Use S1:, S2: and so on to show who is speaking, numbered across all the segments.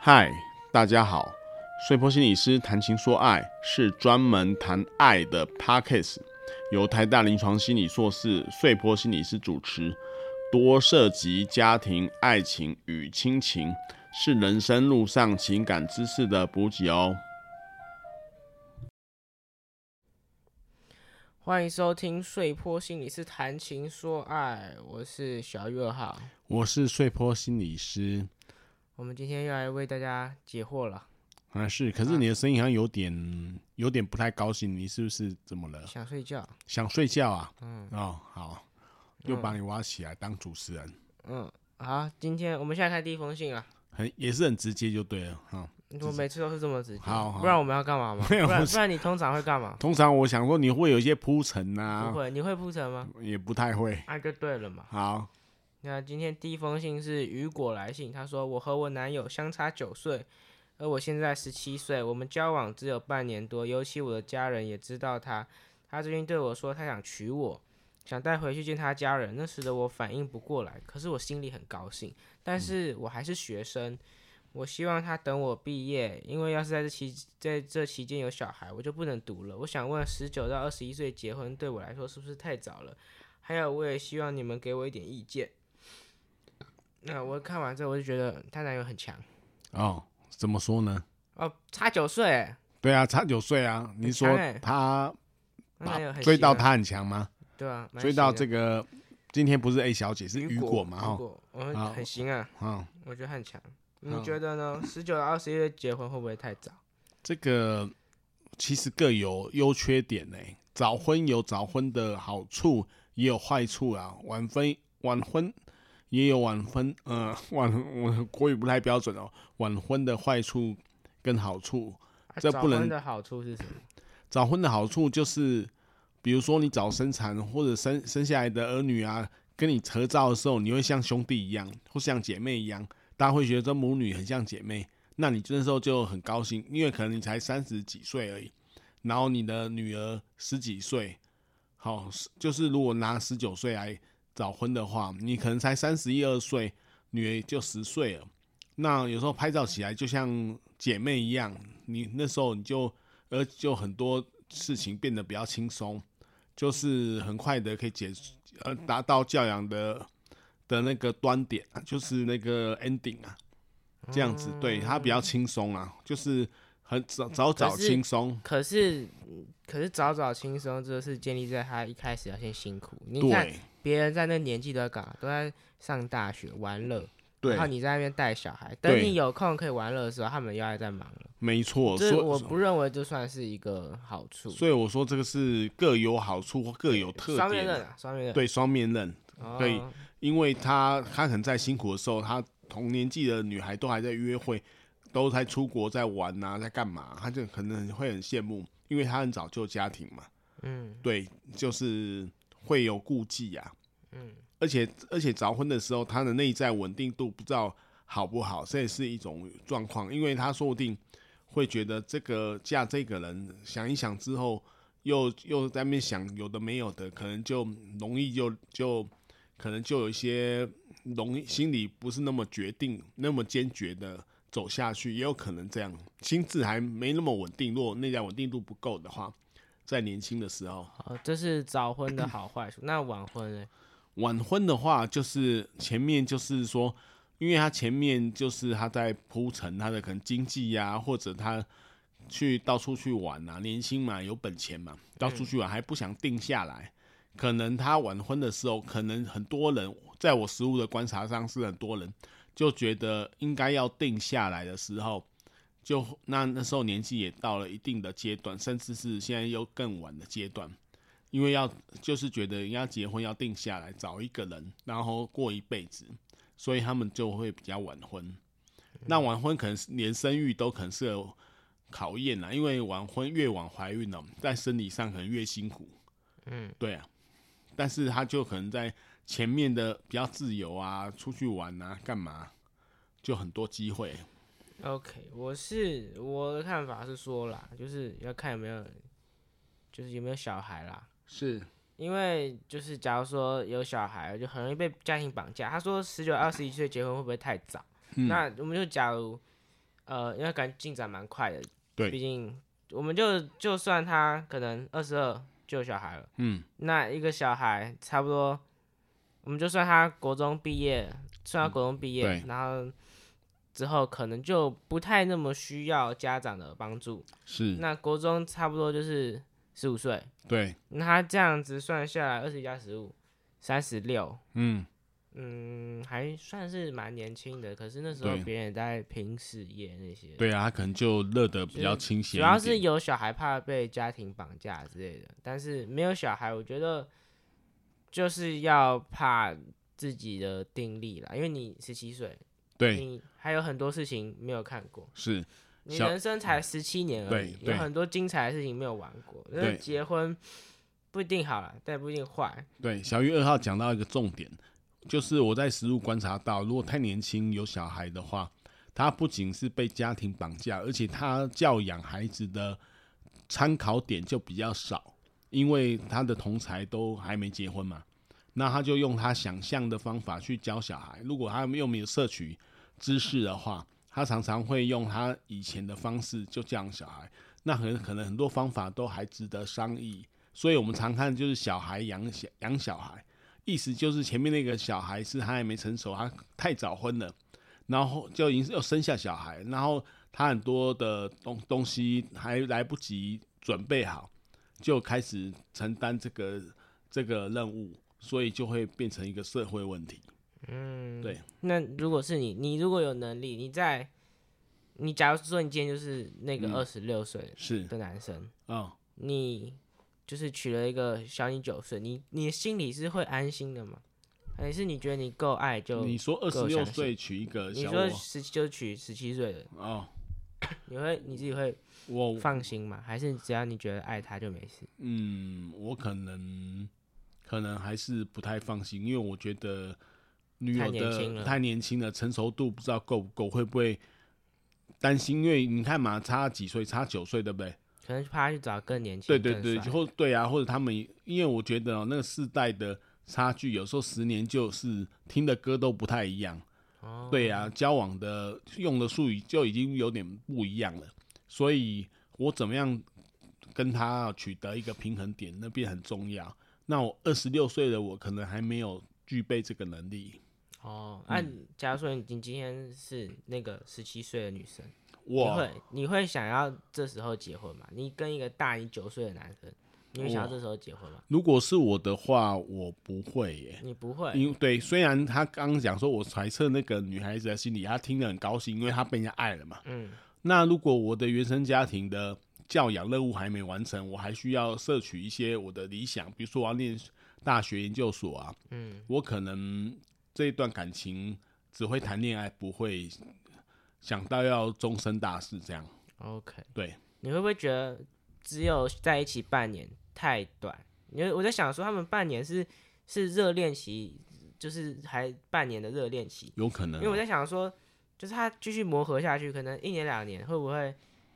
S1: 嗨，大家好，碎坡心理师谈情说爱是专门谈爱的 podcast，由台大临床心理硕士碎坡心理师主持，多涉及家庭、爱情与亲情，是人生路上情感知识的补给哦。
S2: 欢迎收听《碎坡心理是谈情说爱》，我是小月二号。
S1: 我是碎坡心理师，
S2: 我们今天要来为大家解惑了，
S1: 啊是，可是你的声音好像有点有点不太高兴，你是不是怎么了？
S2: 想睡觉。
S1: 想睡觉啊？
S2: 嗯
S1: 哦，好，又把你挖起来当主持人。
S2: 嗯，好，今天我们现在看第一封信啊。
S1: 很也是很直接就对了哈、
S2: 你怎么每次都是这么直接？
S1: 好好
S2: 不然我们要干嘛吗？不
S1: 没有
S2: 然
S1: 我是
S2: 不然你通常会干 嘛？
S1: 通常我想说你会有一些铺陈啊
S2: 不，会，你会铺陈吗？
S1: 也不太会。
S2: 啊，就对了嘛。
S1: 好，
S2: 那今天第一封信是雨果来信，他说我和我男友相差九岁，而我现在十七岁，我们交往只有半年多，尤其我的家人也知道他。他最近对我说他想娶我，想带回去见他家人，那时的我反应不过来，可是我心里很高兴，但是我还是学生。我希望他等我毕业，因为要是在这期在这期间有小孩，我就不能读了。我想问，十九到二十一岁结婚对我来说是不是太早了？还有，我也希望你们给我一点意见。那我看完之后，我就觉得她男友很强
S1: 哦，怎么说呢？
S2: 哦，差九岁欸，
S1: 对啊，差九岁啊。你说
S2: 强欸
S1: 他
S2: 她男友很
S1: 追到
S2: 行啊，
S1: 他很强吗？
S2: 对啊，蛮
S1: 追到
S2: 行的
S1: 这个，今天不是 A 小姐是
S2: 雨
S1: 雨果嘛？哦
S2: 雨
S1: 哈，
S2: 果，我们
S1: 好
S2: 很行啊，
S1: 嗯，
S2: 我觉得她很强。
S1: 好
S2: 你觉得呢？十九到二十一岁结婚会不会太早？啊
S1: 这个其实各有优缺点呢、早婚有早婚的好处，也有坏处啊。晚婚晚婚也有晚婚，呃， 晚我国语不太标准哦。晚婚的坏处跟好处，
S2: 啊
S1: 这
S2: 早
S1: 不
S2: 婚
S1: 能
S2: 的好处是什么？
S1: 早婚的好处就是，比如说你早生产或者生生下来的儿女啊，跟你合照的时候，你会像兄弟一样，或像姐妹一样，大家会觉得这母女很像姐妹。那你那时候就很高兴，因为可能你才三十几岁而已，然后你的女儿十几岁，好，是就是如果拿十九岁来早婚的话，你可能才三十一二岁，女儿就十岁了。那有时候拍照起来就像姐妹一样，你那时候你就而就很多事情变得比较轻松，就是很快的可以解呃达到教养的的那个端点啊，就是那个 ending 啊，这样子，对他比较轻松啊，就是很早早早
S2: 可是
S1: 轻松，
S2: 可是，可是早早轻松，这是建立在她一开始要先辛苦。你看
S1: 对
S2: 别人在那年纪都在干嘛？都在上大学玩乐，然后
S1: 对，
S2: 你在那边带小孩。等
S1: 对
S2: 你有空可以玩乐的时候，他们又要在忙了。
S1: 没错，所
S2: 这
S1: 以
S2: 我不认为这算是一个好处。
S1: 所以我说这个是各有好处或各有特
S2: 双面
S1: 点
S2: 刃
S1: 啊，
S2: 啊，双面刃。
S1: 对双面刃，
S2: 哦，
S1: 对因为他他可能在辛苦的时候，他同年纪的女孩都还在约会，都在出国在玩呐、在干嘛，他就可能会很羡慕，因为他很早就有家庭嘛，
S2: 嗯，
S1: 对，就是会有顾忌呀、嗯，而且而且早婚的时候，他的内在稳定度不知道好不好，这也是一种状况，因为他说不定会觉得这个嫁这个人，想一想之后，又又在那边想有的没有的，可能就容易就就可能就有一些容易心里不是那么决定，那么坚决的。走下去也有可能这样，心智还没那么稳定。如果内在稳定度不够的话，在年轻的时候，
S2: 好，这是早婚的好坏处。那晚婚呢？
S1: 晚婚的话，就是前面就是说，因为他前面就是他在铺陈他的可能经济呀、或者他去到处去玩啊，年轻嘛，有本钱嘛，到处去玩还不想定下来。可能他晚婚的时候，可能很多人在我实物的观察上是很多人就觉得应该要定下来的时候，就那那时候年纪也到了一定的阶段，甚至是现在又更晚的阶段，因为要就是觉得人家结婚要定下来，找一个人，然后过一辈子，所以他们就会比较晚婚。那晚婚可能是连生育都可能是有考验啦，因为晚婚越晚怀孕了，在生理上可能越辛苦。
S2: 嗯，
S1: 对啊，但是他就可能在前面的比较自由啊，出去玩啊，干嘛，就很多机会。
S2: OK，我是我的看法是说啦，就是要看有没有，就是有没有小孩啦。
S1: 是，
S2: 因为就是假如说有小孩，就很容易
S1: 嗯
S2: 被家庭绑架。他说十九、二十一岁结婚会不会太早？那我们就假如呃，因为感进展蛮快的，
S1: 对
S2: 毕竟我们就就算他可能二十二就有小孩了，
S1: 嗯，
S2: 那一个小孩差不多，我们就算他国中毕业，算他国中毕业，
S1: 嗯对
S2: 然后之后可能就不太那么需要家长的帮助，
S1: 是
S2: 那国中差不多就是十五岁，
S1: 对，
S2: 那他这样子算下来，二十加十五，三十六，
S1: 嗯，
S2: 嗯，还算是蛮年轻的。可是那时候
S1: 对
S2: 别人也在拼事业那些，，
S1: 对啊，他可能就乐得比较清
S2: 主
S1: 闲一点，
S2: 要是有小孩怕被家庭绑架之类的，但是没有小孩，我觉得就是要怕自己的定力啦，因为你十七岁，
S1: 对
S2: 你还有很多事情没有看过。
S1: 是
S2: 你
S1: 小
S2: 人生才十七年而
S1: 对
S2: 已，有
S1: 对
S2: 很多精彩的事情没有玩过。那
S1: 对
S2: 结婚不一定好了，但也不一定坏。
S1: 对。小于二号讲到一个重点，就是我在实物观察到，如果太年轻有小孩的话，他不仅是被家庭绑架，而且他教养孩子的参考点就比较少，因为他的同才都还没结婚嘛。那他就用他想象的方法去教小孩。如果他又没有摄取知识的话，他常常会用他以前的方式就教养小孩。那很可能很多方法都还值得商议。所以我们常看就是小孩养小养小孩，意思就是前面那个小孩是他还没成熟，他太早婚了，然后就已经要生下小孩，然后他很多的东东西还来不及准备好，就开始承担这个这个任务，所以就会变成一个社会问题。
S2: 嗯，
S1: 对。
S2: 那如果是你，你如果有能力，你在你假如说你今天就是那个
S1: 嗯
S2: 二十六岁
S1: 是，
S2: 的男生，
S1: 嗯，
S2: 你就是娶了一个小你九岁，你你心里是会安心的吗？还是你觉得你够爱就
S1: 你说二
S2: 够
S1: 十六
S2: 详细
S1: 岁娶一个
S2: 你
S1: 小
S2: 说
S1: 我，
S2: 十就娶十七岁的，
S1: 哦，
S2: 你会你自己会
S1: 我
S2: 放心吗？还是只要你觉得爱他就没事？
S1: 嗯，我可能可能还是不太放心，因为我觉得女
S2: 太
S1: 友
S2: 年轻
S1: 的
S2: 了
S1: 太年轻了，成熟度不知道够不够，会不会担心？因为你看嘛，差几岁，差九岁，对不对？
S2: 可能怕他去找更年轻、
S1: 对对
S2: 更
S1: 对，
S2: 帅
S1: 或对啊，或者他们，因为我觉得、哦、那个世代的差距，有时候十年就是听的歌都不太一样。
S2: 哦
S1: 对啊，交往的用的术语就已经有点不一样了，所以我怎么样跟他取得一个平衡点，那边很重要。那我二十六岁的我可能还没有具备这个能力，
S2: 哦，那、
S1: 嗯
S2: 假如说你你今天是那个十七岁的女生，你
S1: 我
S2: 会你会想要这时候结婚吗？你跟一个大你九岁的男生，你会想要
S1: 哇
S2: 这时候结婚吗？
S1: 如果是我的话，我不会耶。
S2: 你不会，
S1: 因对，虽然他刚刚讲说，我揣测那个女孩子的心理，她听得很高兴，因为她被人家爱了嘛。
S2: 嗯，
S1: 那如果我的原生家庭的教养任务还没完成，我还需要摄取一些我的理想，比如说我要念大学研究所啊，
S2: 嗯，
S1: 我可能这一段感情只会谈恋爱，不会想到要终身大事这样。
S2: OK，
S1: 对，
S2: 你会不会觉得只有在一起半年太短？因为我在想说，他们半年是是热恋期，就是还半年的热恋期，
S1: 有可能啊
S2: 因为我在想说，就是他继续磨合下去，可能一年两年会不会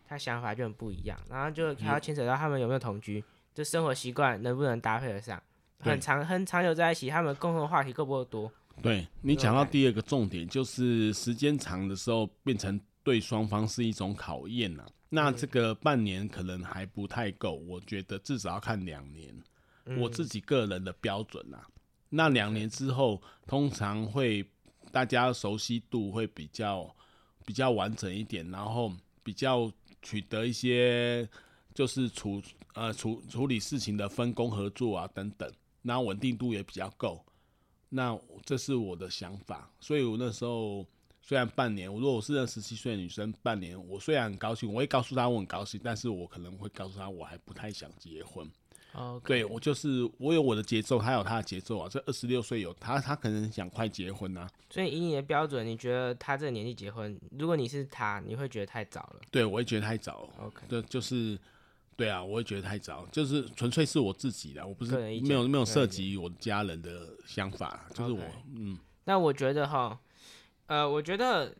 S2: 他想法就很不一样，然后就还要牵扯到他们有没有同居，就生活习惯能不能搭配得上，
S1: 对
S2: 很长很长久在一起，他们共同话题够不够多？
S1: 对你
S2: 种
S1: 讲到
S2: 感
S1: 第二个重点，就是时间长的时候变成对双方是一种考验呐、那
S2: 嗯
S1: 这个半年可能还不太够，我觉得至少要看两年。
S2: 嗯
S1: 我自己个人的标准啦、那两年之后，通常会大家熟悉度会比较比较完整一点，然后比较取得一些就是处呃处处理事情的分工合作啊等等，然后稳定度也比较够。那这是我的想法，所以我那时候虽然半年，我如果我是认十七岁的女生，半年我虽然很高兴，我会告诉她我很高兴，但是我可能会告诉她我还不太想结婚。
S2: 哦，
S1: 对我就是我有我的节奏，他有他的节奏啊。这二十六岁有他，他可能想快结婚啊。
S2: 所以以你的标准，你觉得他这个年纪结婚，如果你是他，你会觉得太早了。
S1: 对我会觉得太早了，
S2: OK，
S1: 对，就是对啊，我会觉得太早，就是纯粹是我自己的，我不是
S2: 个人意见
S1: 没有没有
S2: 个人
S1: 涉
S2: 意见
S1: 及我家人的想法，就是我
S2: OK
S1: 嗯
S2: 那我觉得哈，呃，我觉得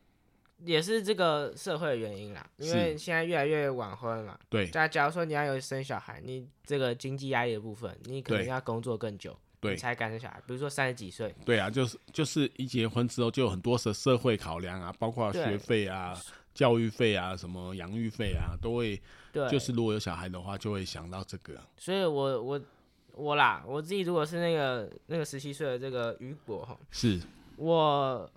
S2: 也是这个社会的原因啦，因
S1: 是
S2: 为现在越来越晚婚嘛，
S1: 对
S2: 那假如说你要有生小孩，你这个经济压力的部分，你可能
S1: 对
S2: 要工作更久，
S1: 对
S2: 你才敢生小孩。比如说三十几岁，
S1: 对啊，就是就是一结婚之后就有很多社社会考量啊，包括
S2: 对
S1: 学费啊、教育费啊、什么养育费啊，都会
S2: 对，
S1: 就是如果有小孩的话，就会想到这个。
S2: 所以我我我啦，我自己如果是那个那个十七岁的这个雨果哈，
S1: 是，
S2: 我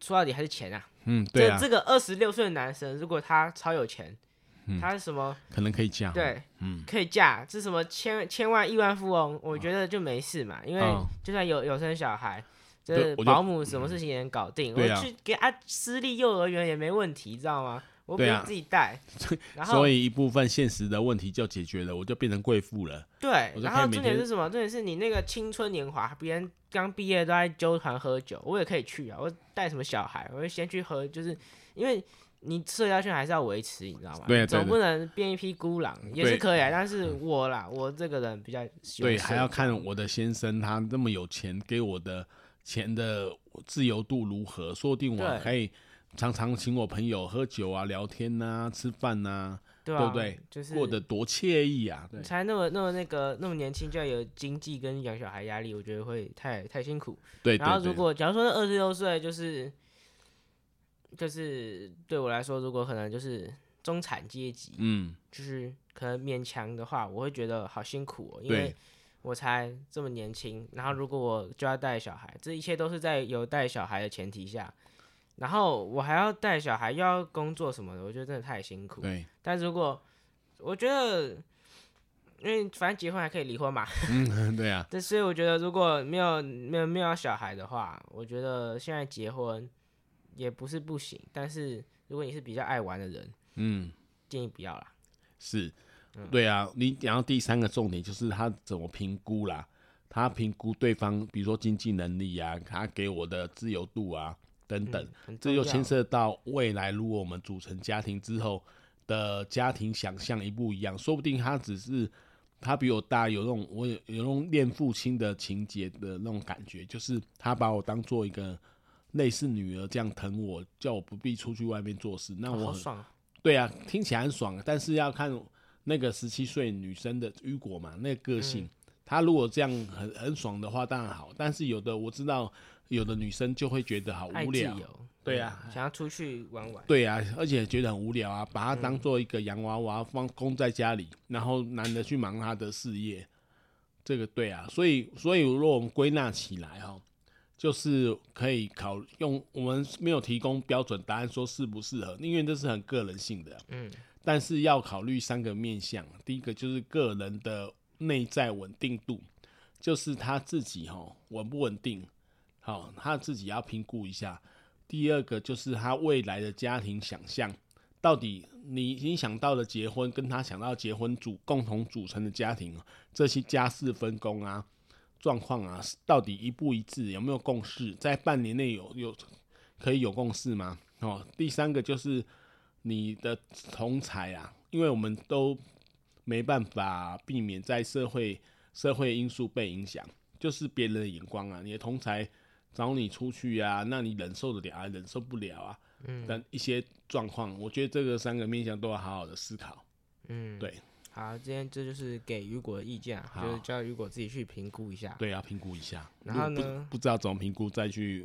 S2: 说到底还是钱啊。
S1: 嗯，对啊
S2: 这，这个二十六岁的男生，如果他超有钱，
S1: 嗯
S2: 他是什么
S1: 可能可以这样。，
S2: 对
S1: 嗯，
S2: 可以嫁，是什么千千万亿万富翁，我觉得就没事嘛，因为
S1: 嗯
S2: 就算有有生小孩。这
S1: 对我就
S2: 保姆什么事情也能搞定，
S1: 对啊
S2: 我去给他私立幼儿园也没问题，知道吗？我不
S1: 对
S2: 用
S1: 啊
S2: 自己 带，然后
S1: 所以一部分现实的问题就解决了，我就变成贵妇了。
S2: 对
S1: 我，就
S2: 然
S1: 可以
S2: 后
S1: 每
S2: 重点
S1: 天
S2: 是什么？重点是你那个青春年华，别人刚毕业都在纠团喝酒，我也可以去啊。我带什么小孩？我就先去喝，就是因为你社交圈还是要维持，你知道吗？
S1: 对对啊
S2: 总
S1: 对
S2: 不能变一匹孤狼，也
S1: 对嗯
S2: 是可以啊。但是我啦，我这个人比较喜欢
S1: 对，
S2: 社
S1: 还要看我的先生他那么有钱，给我的钱的自由度如何，说不定我
S2: 对
S1: 可以常常请我朋友喝酒啊、聊天呐、吃饭呐、
S2: 对
S1: 对
S2: 啊
S1: 不对
S2: 就是
S1: 过得多惬意啊！对，
S2: 才那么那么那个那么年轻就要有经济跟养小孩压力，我觉得会太太辛苦。
S1: 对
S2: 然后
S1: 对
S2: 如
S1: 对，
S2: 果假如说二十六岁，就是就是对我来说，如果可能就是中产阶级，
S1: 嗯，
S2: 就是可能勉强的话，我会觉得好辛苦、哦，因
S1: 对
S2: 为我才这么年轻。然后如果我就要带小孩，这一切都是在有带小孩的前提下，然后我还要带小孩，又要工作什么的，我觉得真的太辛苦。
S1: 对，
S2: 但如果我觉得，因为反正结婚还可以离婚嘛，
S1: 嗯， 对啊，
S2: 对，所以我觉得如果没有没有没有小孩的话，我觉得现在结婚也不是不行，但是如果你是比较爱玩的人，
S1: 嗯，
S2: 建议不要啦。
S1: 是，
S2: 嗯
S1: 对啊。你讲到第三个重点就是他怎么评估啦，他评估对方，比如说经济能力啊，他给我的自由度啊等等。
S2: 很重
S1: 这就
S2: 要
S1: 牵涉到未来，如果我们组成家庭之后的家庭想象一不一样，说不定他只是他比我大，有那种我有有那种恋父亲的情节的那种感觉，就是他把我当做一个类似女儿这样疼我，叫我不必出去外面做事。那
S2: 哦
S1: 我
S2: 好
S1: 很
S2: 爽啊，
S1: 对啊，听起来很爽，但是要看那个十七岁女生的雨果嘛，那个个
S2: 嗯
S1: 性。她如果这样很很爽的话，当然好。但是有的我知道，有的女生就会觉得好
S2: 爱
S1: 无
S2: 自
S1: 聊。
S2: 由，
S1: 对
S2: 嗯
S1: 啊
S2: 想要出去玩玩，
S1: 对啊，而且觉得很无聊啊，把它当做一个洋娃娃放供在家里，然后男的去忙他的事业，这个对啊，所以所以如果我们归纳起来哈、哦，就是可以考用我们没有提供标准答案说适不适合，因为这是很个人性的，啊
S2: 嗯，
S1: 但是要考虑三个面向，啊第一个就是个人的内在稳定度，就是他自己哈、哦、稳不稳定，好、他自己要评估一下。第二个就是他未来的家庭想象，到底你你想到的结婚跟他想到的结婚组共同组成的家庭，这些家事分工啊、状况啊，到底一不一致，有没有共识？在半年内有有可以有共识吗？哦，第三个就是你的同才啊，因为我们都没办法避免在社会社会因素被影响，就是别人的眼光啊，你的同才找你出去啊，那你忍受得了啊，忍受不了啊，嗯，等一些状况，我觉得这个三个面向都要好好的思考。
S2: 嗯，
S1: 对。
S2: 好，今天这就是给雨果的意见啊，
S1: 好
S2: 就是叫雨果自己去评估一下。
S1: 对，要评估一下。
S2: 啊然后
S1: 如果
S2: 呢
S1: 不不知道怎么评估，再去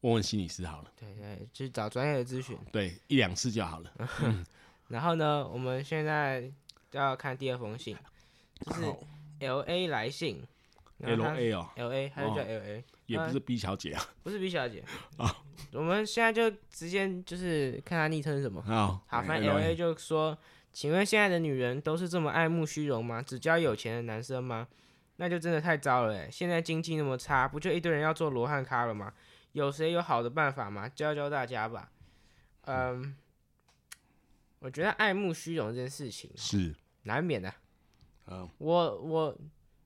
S1: 问问心理师好了。
S2: 对对，去找专业的咨询。
S1: 对，一两次就好了。
S2: 嗯然后呢，我们现在要看第二封信，就是
S1: 好
S2: L A 来信。然
S1: L
S2: 后他嗯
S1: A 哦，
S2: L A，他就叫
S1: 哦
S2: L A，、
S1: 也不是 B 小姐啊。
S2: 不是 B 小姐
S1: 哦
S2: 我们现在就直接就是看她昵称是什么。
S1: 好，哎
S2: 好，反正
S1: L
S2: L A
S1: A
S2: 就说，请问现在的女人都是这么爱慕虚荣吗？只交有钱的男生吗？那就真的太糟了欸！现在经济那么差，不就一堆人要做罗汉咖了吗？有谁有好的办法吗？教教大家吧。嗯，我觉得爱慕虚荣这件事情
S1: 是，
S2: 难免的、
S1: 嗯，
S2: 我我，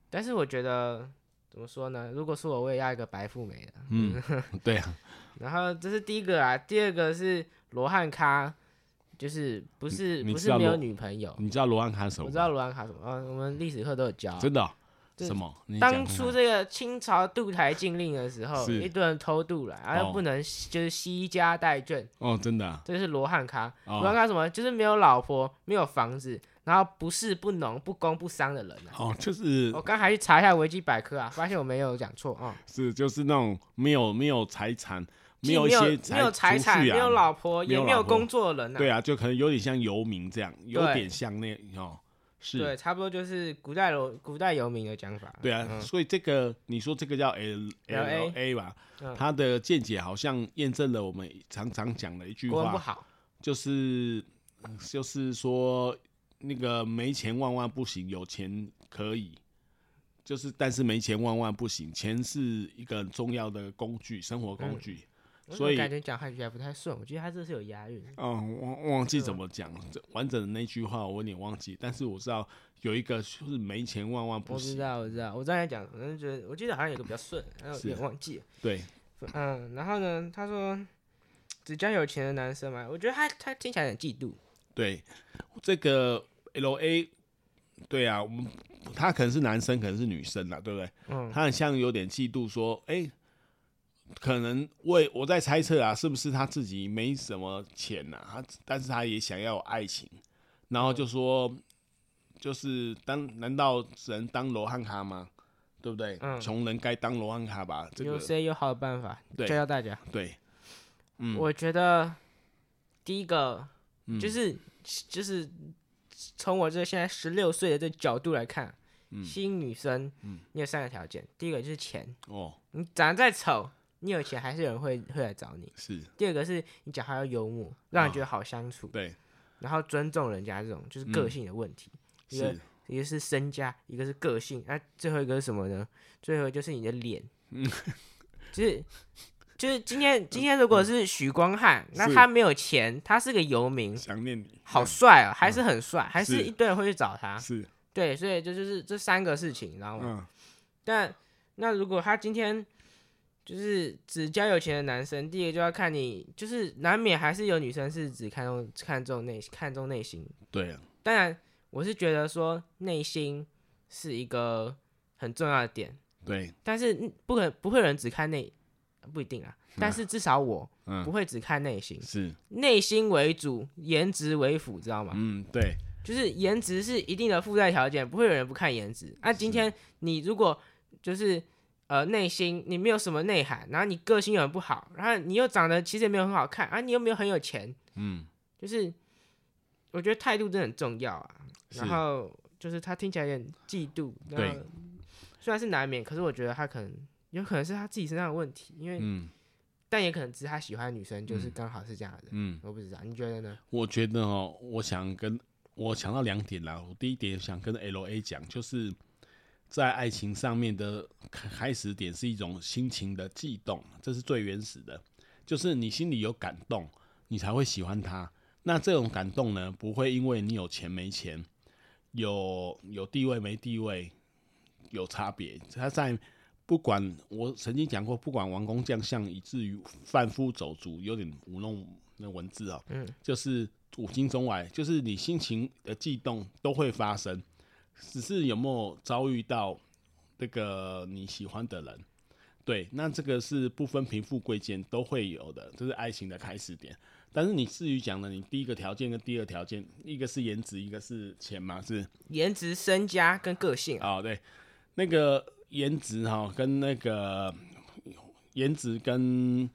S2: 但是我觉得怎么说呢？如果是我，我也要一个白富美的。嗯，
S1: 对啊，
S2: 然后这是第一个啊，第二个是罗汉咖，就是不是
S1: 你
S2: 不
S1: 知
S2: 是
S1: 道
S2: 没有
S1: 罗
S2: 女朋友，
S1: 你知道罗安卡什么吗？
S2: 我知道罗汉咖什么，呃、我们历史课都有教啊、
S1: 真的哦
S2: 这
S1: 什么？你讲
S2: 当
S1: 看
S2: 初
S1: 看
S2: 这个清朝渡台禁令的时候，
S1: 是
S2: 一堆人偷渡来，然后
S1: 哦
S2: 不能吸就是惜家带眷，
S1: 哦，真的啊
S2: 这就是罗汉咖。罗汉
S1: 哦
S2: 咖什么？就是没有老婆，没有房子，然后不是不农不工不商的人啊。
S1: 哦，就是
S2: 我刚还去查一下维基百科啊，发现我没有讲错啊。
S1: 是就是那种没有没有财产，
S2: 既没
S1: 有一些
S2: 没有财产，
S1: 储蓄
S2: 没
S1: 啊
S2: 有老婆，
S1: 没
S2: 也
S1: 有
S2: 没有
S1: 老婆
S2: 工作人呐、
S1: 对啊，就可能有点像游民这样，有
S2: 对
S1: 点像那哦，是
S2: 对，差不多就是古代游古代游民的讲法。
S1: 对啊，
S2: 嗯
S1: 所以这个你说这个叫 L
S2: LA
S1: L A 吧，
S2: 嗯
S1: 他的见解好像验证了我们常常讲的一句
S2: 国文不
S1: 话，
S2: 好，
S1: 就是嗯就是说那个没钱万万不行，有钱可以，就是但是没钱万万不行，钱是一个很重要的工具，生活
S2: 嗯
S1: 工具。
S2: 我怎么
S1: 所以
S2: 感觉讲汉语还不太顺。我觉得他这是有押韵。
S1: 嗯，忘忘记怎么讲这完整的那句话，我有点忘记，但是我知道有一个就是没钱万万
S2: 我
S1: 不
S2: 知
S1: 行，
S2: 道，我知道，我刚才讲，反正觉得我记得好像有个比较顺，然后有
S1: 是
S2: 点忘记了。
S1: 对，
S2: 嗯，然后呢，他说只交有钱的男生嘛，我觉得他他听起来很嫉妒。
S1: 对，这个 L A，对啊，我们他可能是男生，可能是女生啦，对不对？
S2: 嗯，
S1: 他很像有点嫉妒，说，哎、可能为我在猜测啊，是不是他自己没什么钱呐、啊？他但是他也想要有爱情，然后就说，就是当难道只能当罗汉咖吗？对不对
S2: 嗯？
S1: 穷、人该当罗汉咖吧？这
S2: 有
S1: 个
S2: 谁有好的办法
S1: 对
S2: 教教大家？
S1: 对，嗯
S2: 我觉得第一个
S1: 嗯
S2: 就是、就是从我这现在十六岁的这角度来看，
S1: 嗯
S2: 吸引女生，
S1: 嗯
S2: 你有三个条件，第一个就是钱，
S1: 哦，
S2: 你长得再丑，你有钱还是有人会会来找你；
S1: 是
S2: 第二个是你讲话要幽默，让人
S1: 啊
S2: 觉得好相处，
S1: 对，
S2: 然后尊重人家这种就是个
S1: 嗯
S2: 性的问题，一个
S1: 是
S2: 一个是身家，一个是个性，那、最后一个是什么呢？最后就是你的脸，
S1: 嗯
S2: 就是就是今天今天如果是许光汉，那
S1: 嗯是
S2: 他没有钱，他是个游民，
S1: 想念你，
S2: 好帅哦，还是很帅，还
S1: 嗯
S2: 是
S1: 是
S2: 一堆人会去找他。
S1: 是
S2: 对，所以这就是这三个事情，你知道吗？
S1: 嗯
S2: 但那如果他今天就是只交有钱的男生，第一个就要看你，就是难免还是有女生是只看重看重内看重内心，
S1: 对啊，
S2: 当然，我是觉得说内心是一个很重要的点，
S1: 对，
S2: 但是嗯不可能不会有人只看内，不一定啊。但是至少我
S1: 嗯
S2: 不会只看内心，
S1: 是，
S2: 内心为主，颜值为辅，知道吗？
S1: 嗯，对，
S2: 就是颜值是一定的附带条件，不会有人不看颜值。那、今天你如果就是呃内心你没有什么内涵，然后你个性又很不好，然后你又长得其实也没有很好看，啊，你又没有很有钱，
S1: 嗯，
S2: 就是我觉得态度真的很重要啊。
S1: 是
S2: 然后就是他听起来有点嫉妒，然
S1: 对
S2: 后虽然是难免，可是我觉得他可能有可能是他自己身上的问题，因为、
S1: 嗯
S2: 但也可能只是他喜欢的女生就是刚好是这样的人，
S1: 嗯，
S2: 我不知道，你觉得呢？
S1: 我觉得哦，我想跟我想到两点啦。我第一点想跟 L A 讲，就是在爱情上面的开开始点是一种心情的悸动，这是最原始的，就是你心里有感动，你才会喜欢他。那这种感动呢，不会因为你有钱没钱，有有地位没地位有差别。他在不管我曾经讲过，不管王公将相，以至于贩夫走卒，有点舞弄那文字哦，
S2: 嗯，
S1: 就是古今中外，就是你心情的悸动都会发生，只是有没有遭遇到这个你喜欢的人。对，那这个是不分贫富贵贱都会有的，这是爱情的开始点。但是你至于讲的，你第一个条件跟第二条件，一个是颜值，一个是钱嘛，是
S2: 颜值、身家跟个性啊，
S1: 哦，对，那个颜值哈、跟那个颜值跟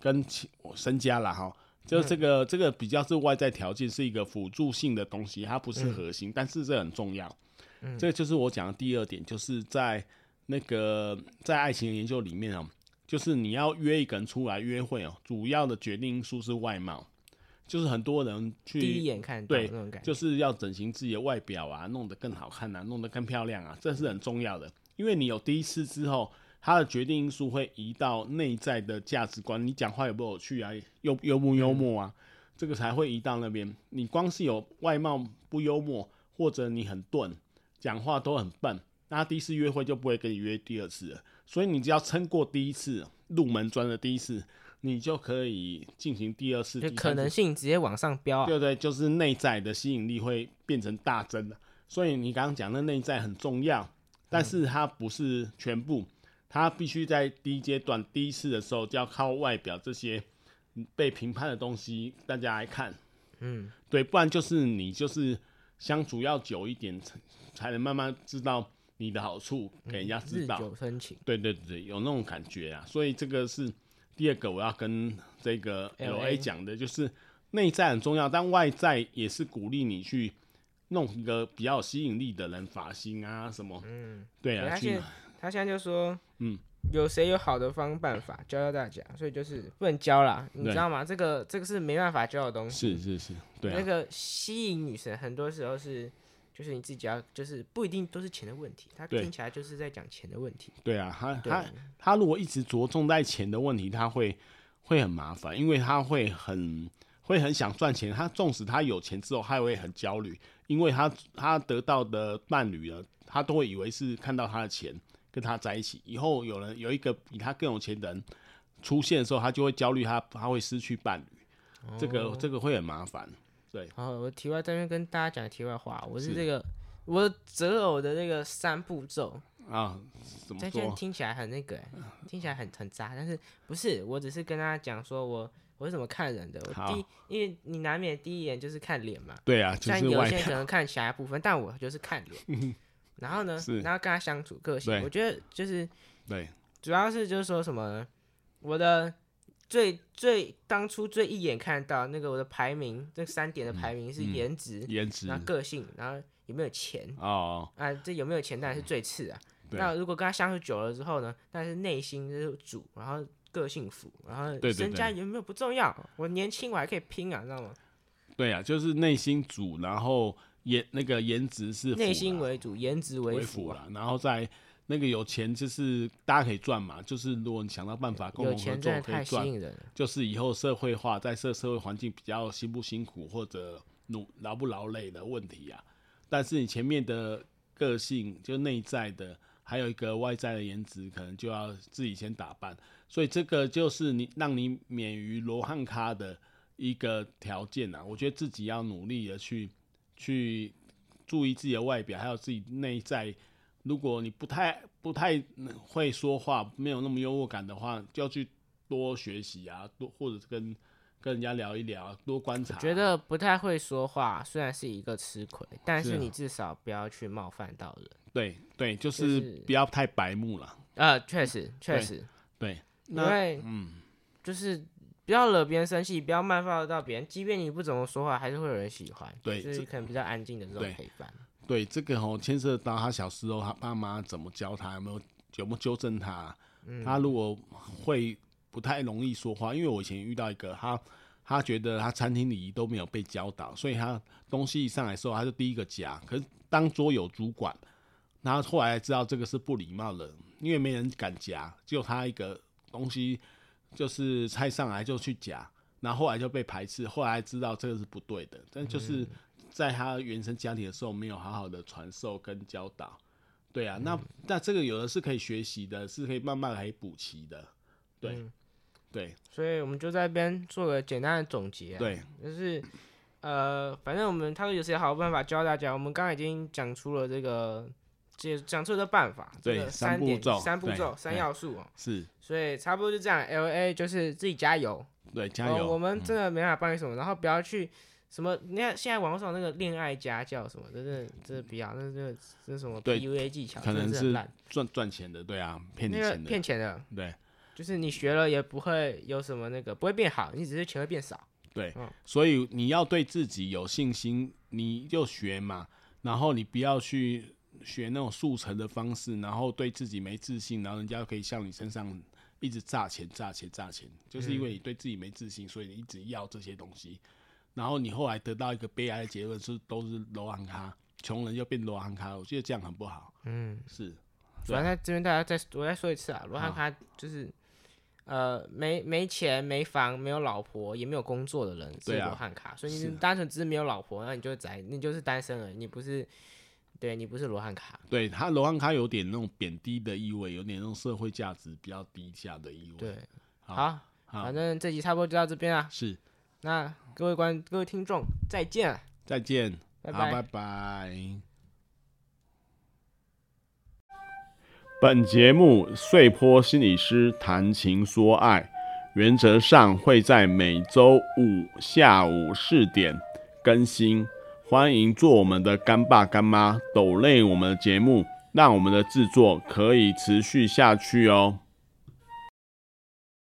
S1: 跟其身家啦哈、
S2: 嗯
S1: 就这个、这个比较是外在条件，是一个辅助性的东西，它不是核心，但是这很重要。
S2: 嗯
S1: 这就是我讲的第二点，就是在那个在爱情的研究里面哦，就是你要约一个人出来约会哦，主要的决定因素是外貌，就是很多人去
S2: 第一眼看到
S1: 对
S2: 那种感觉，
S1: 就是要整形自己的外表啊，弄得更好看啊，弄得更漂亮啊，这是很重要的。因为你有第一次之后，它的决定因素会移到内在的价值观，你讲话有没有趣啊，幽幽不幽默啊，这个才会移到那边。你光是有外貌不幽默，或者你很钝，讲话都很笨，那他第一次约会就不会跟你约第二次了。所以你只要撑过第一次入门砖的第一次，你就可以进行第二次、第三
S2: 就可
S1: 次
S2: 能性直接往上飙、啊。
S1: 对对，就是内在的吸引力会变成大增的。所以你刚刚讲的内在很重要，但是它不是全部，它必须在第一阶段、第一次的时候就要靠外表这些嗯被评判的东西大家来看，
S2: 嗯，
S1: 对，不然就是你就是相处要久一点，才才能慢慢知道你的好处给人家知
S2: 日
S1: 道。
S2: 久生情。
S1: 对对对，有那种感觉啊，所以这个是第二个我要跟这个 L
S2: LA
S1: A 讲的，就是内在很重要，但外在也是鼓励你去弄一个比较有吸引力的人，发型啊什么，
S2: 嗯，
S1: 对
S2: 对
S1: 啊，
S2: 他
S1: 去
S2: 现他现在就说，
S1: 嗯，
S2: 有谁有好的方办法教教大家，所以就是不能教啦，你
S1: 对
S2: 知道吗？这个这个是没办法教的东西。
S1: 是是是，对
S2: 那
S1: 啊，
S2: 个吸引女神，很多时候是就是你自己要，就是不一定都是钱的问题，他
S1: 对
S2: 听起来就是在讲钱的问题。
S1: 对啊，他
S2: 对
S1: 他他如果一直着重在钱的问题，他会会很麻烦，因为他会很会很想赚钱。他纵使他有钱之后，他也会很焦虑，因为他他得到的伴侣呢，他都会以为是看到他的钱跟他在一起。以后有人有一个比他更有钱的人出现的时候，他就会焦虑他，他会失去伴侣，这
S2: 哦
S1: 个这个会很麻烦。对，
S2: 好，我题外在这边跟大家讲题外话，我是
S1: 是
S2: 这个我择偶的那个三步骤，
S1: 啊，怎么
S2: 但现在
S1: 说？
S2: 听起来很那个、欸，听起来很很渣，但是不是？我只是跟他讲说我我是怎么看人的。我
S1: 好
S2: 第一，因为你难免第一眼就是看脸嘛，
S1: 对啊，就
S2: 虽然
S1: 是
S2: 有
S1: 外
S2: 些人
S1: 表
S2: 可能看其他部分，但我就是看脸。 然后呢
S1: 是，
S2: 然后跟他相处个性，
S1: 对
S2: 我觉得就是
S1: 对
S2: 主要是就是说什么呢？我的最最当初最一眼看到那个我的排名，这三点的排名是颜值，
S1: 嗯颜值
S2: 然后个性，然后有没有钱，
S1: 哦，
S2: 啊，这有没有钱当然是最次啊。
S1: 对
S2: 那如果跟他相处久了之后呢，但是内心就是主，然后个性服，然后
S1: 对对
S2: 身家
S1: 对
S2: 有没有不重要，我年轻我还可以拼啊，你知道吗？
S1: 对啊，就是内心主，然后颜那个颜值是辅
S2: 内
S1: 啦
S2: 心为主，颜值
S1: 为
S2: 辅
S1: 辅
S2: 啊。
S1: 啦，然后再那个有钱就是大家可以赚嘛，就是如果你想到办法共
S2: 有
S1: 同合
S2: 钱真
S1: 作
S2: 的
S1: 可
S2: 太
S1: 以
S2: 吸
S1: 赚，
S2: 引人了，
S1: 就是以后社会化在社社会环境比较辛不辛苦或者努劳不劳累的问题啊。但是你前面的个性就内在的，还有一个外在的颜值，可能就要自己先打扮。所以这个就是你让你免于罗汉咖的一个条件啊。我觉得自己要努力的去去注意自己的外表，还有自己内在。如果你不太不太会说话，没有那么幽默感的话，就要去多学习啊，多或者是跟跟人家聊一聊啊，多观察啊、
S2: 觉得不太会说话，虽然是一个吃亏，但
S1: 是
S2: 是
S1: 啊
S2: 你至少不要去冒犯到人。
S1: 对对，就
S2: 就是是
S1: 不要太白目了。
S2: 呃，确实确
S1: 对
S2: 实，
S1: 对，
S2: 因
S1: 那
S2: 为嗯，就是不要惹别人生气，不要冒犯到别人，即便你不怎么说话，还是会有人喜欢。
S1: 对
S2: 就是
S1: 这
S2: 可能比较安静的这种
S1: 对
S2: 陪伴。
S1: 对，这个哦，牵涉到他小时候他爸妈怎么教他，有没有有没有纠正他？他如果会不太容易说话，因为我以前遇到一个他，他觉得他餐厅礼仪都没有被教导，所以他东西一上来的时候他就第一个夹。可是当桌有主管，然后后来才知道这个是不礼貌的，因为没人敢夹，只有他一个东西就是菜上来就去夹，然后后来就被排斥，后来知道这个是不对的，但就是
S2: 嗯
S1: 在他原生家庭的时候没有好好的传授跟教导，对啊，
S2: 嗯
S1: 那那这个有的是可以学习的，是可以慢慢来补齐的，对，对
S2: 嗯所以我们就在这边做个简单的总结、啊，，
S1: 对
S2: 就是呃，反正我们他说有些好办法教大家，我们刚刚已经讲出了这个，这讲出了这办法，这
S1: 对
S2: 个
S1: 三步
S2: 点
S1: 骤
S2: 三步
S1: 对
S2: 骤三
S1: 对
S2: 要素哦，
S1: 是，
S2: 所以差不多就这样，L A 就是自己加油，
S1: 对加
S2: 呃
S1: 油，嗯
S2: 我们真的没办法帮你什么，然后不要去。什么？你看现在网络上那个恋爱家教什么，真的真的不要，那那那什么
S1: 对
S2: PUA 技巧，
S1: 可
S2: 真的
S1: 能
S2: 是很
S1: 是
S2: 烂，
S1: 赚赚钱的，对啊，骗你
S2: 那个
S1: 钱的，
S2: 骗钱的，
S1: 对。
S2: 就是你学了也不会有什么那个，不会变好，你只是钱会变少。
S1: 对，
S2: 嗯
S1: 所以你要对自己有信心，你就学嘛，然后你不要去学那种速成的方式，然后对自己没自信，然后人家可以向你身上一直榨钱、榨钱、榨钱，就是因为你对自己没自信，所以你一直要这些东西，然后你后来得到一个悲哀的结论是都是罗汉咖，穷人就变罗汉咖，我觉得这样很不好。
S2: 嗯，
S1: 是，
S2: 主
S1: 啊
S2: 要在这边大家再我再说一次啊，罗汉卡就是呃没没钱、没房、没有老婆、也没有工作的人是
S1: 对啊
S2: 罗汉卡，所以你单纯只是没有老婆，那你就宅，你就是单身而已，你不是对你不是罗汉卡。
S1: 对他罗汉咖有点那种贬低的意味，有点那种社会价值比较低下的意味。
S2: 对，
S1: 好
S2: 好，
S1: 好
S2: 反正这集差不多就到这边啊。
S1: 是，
S2: 那各位观各位听众再见啊，
S1: 再见。
S2: 拜
S1: 好，拜
S2: 拜。
S1: 拜。本节目《碎坡心理师谈情说爱》，原则上会在每周五下午四点更新，欢迎做我们的干爸干妈，抖累我们的节目，让我们的制作可以持续下去哦。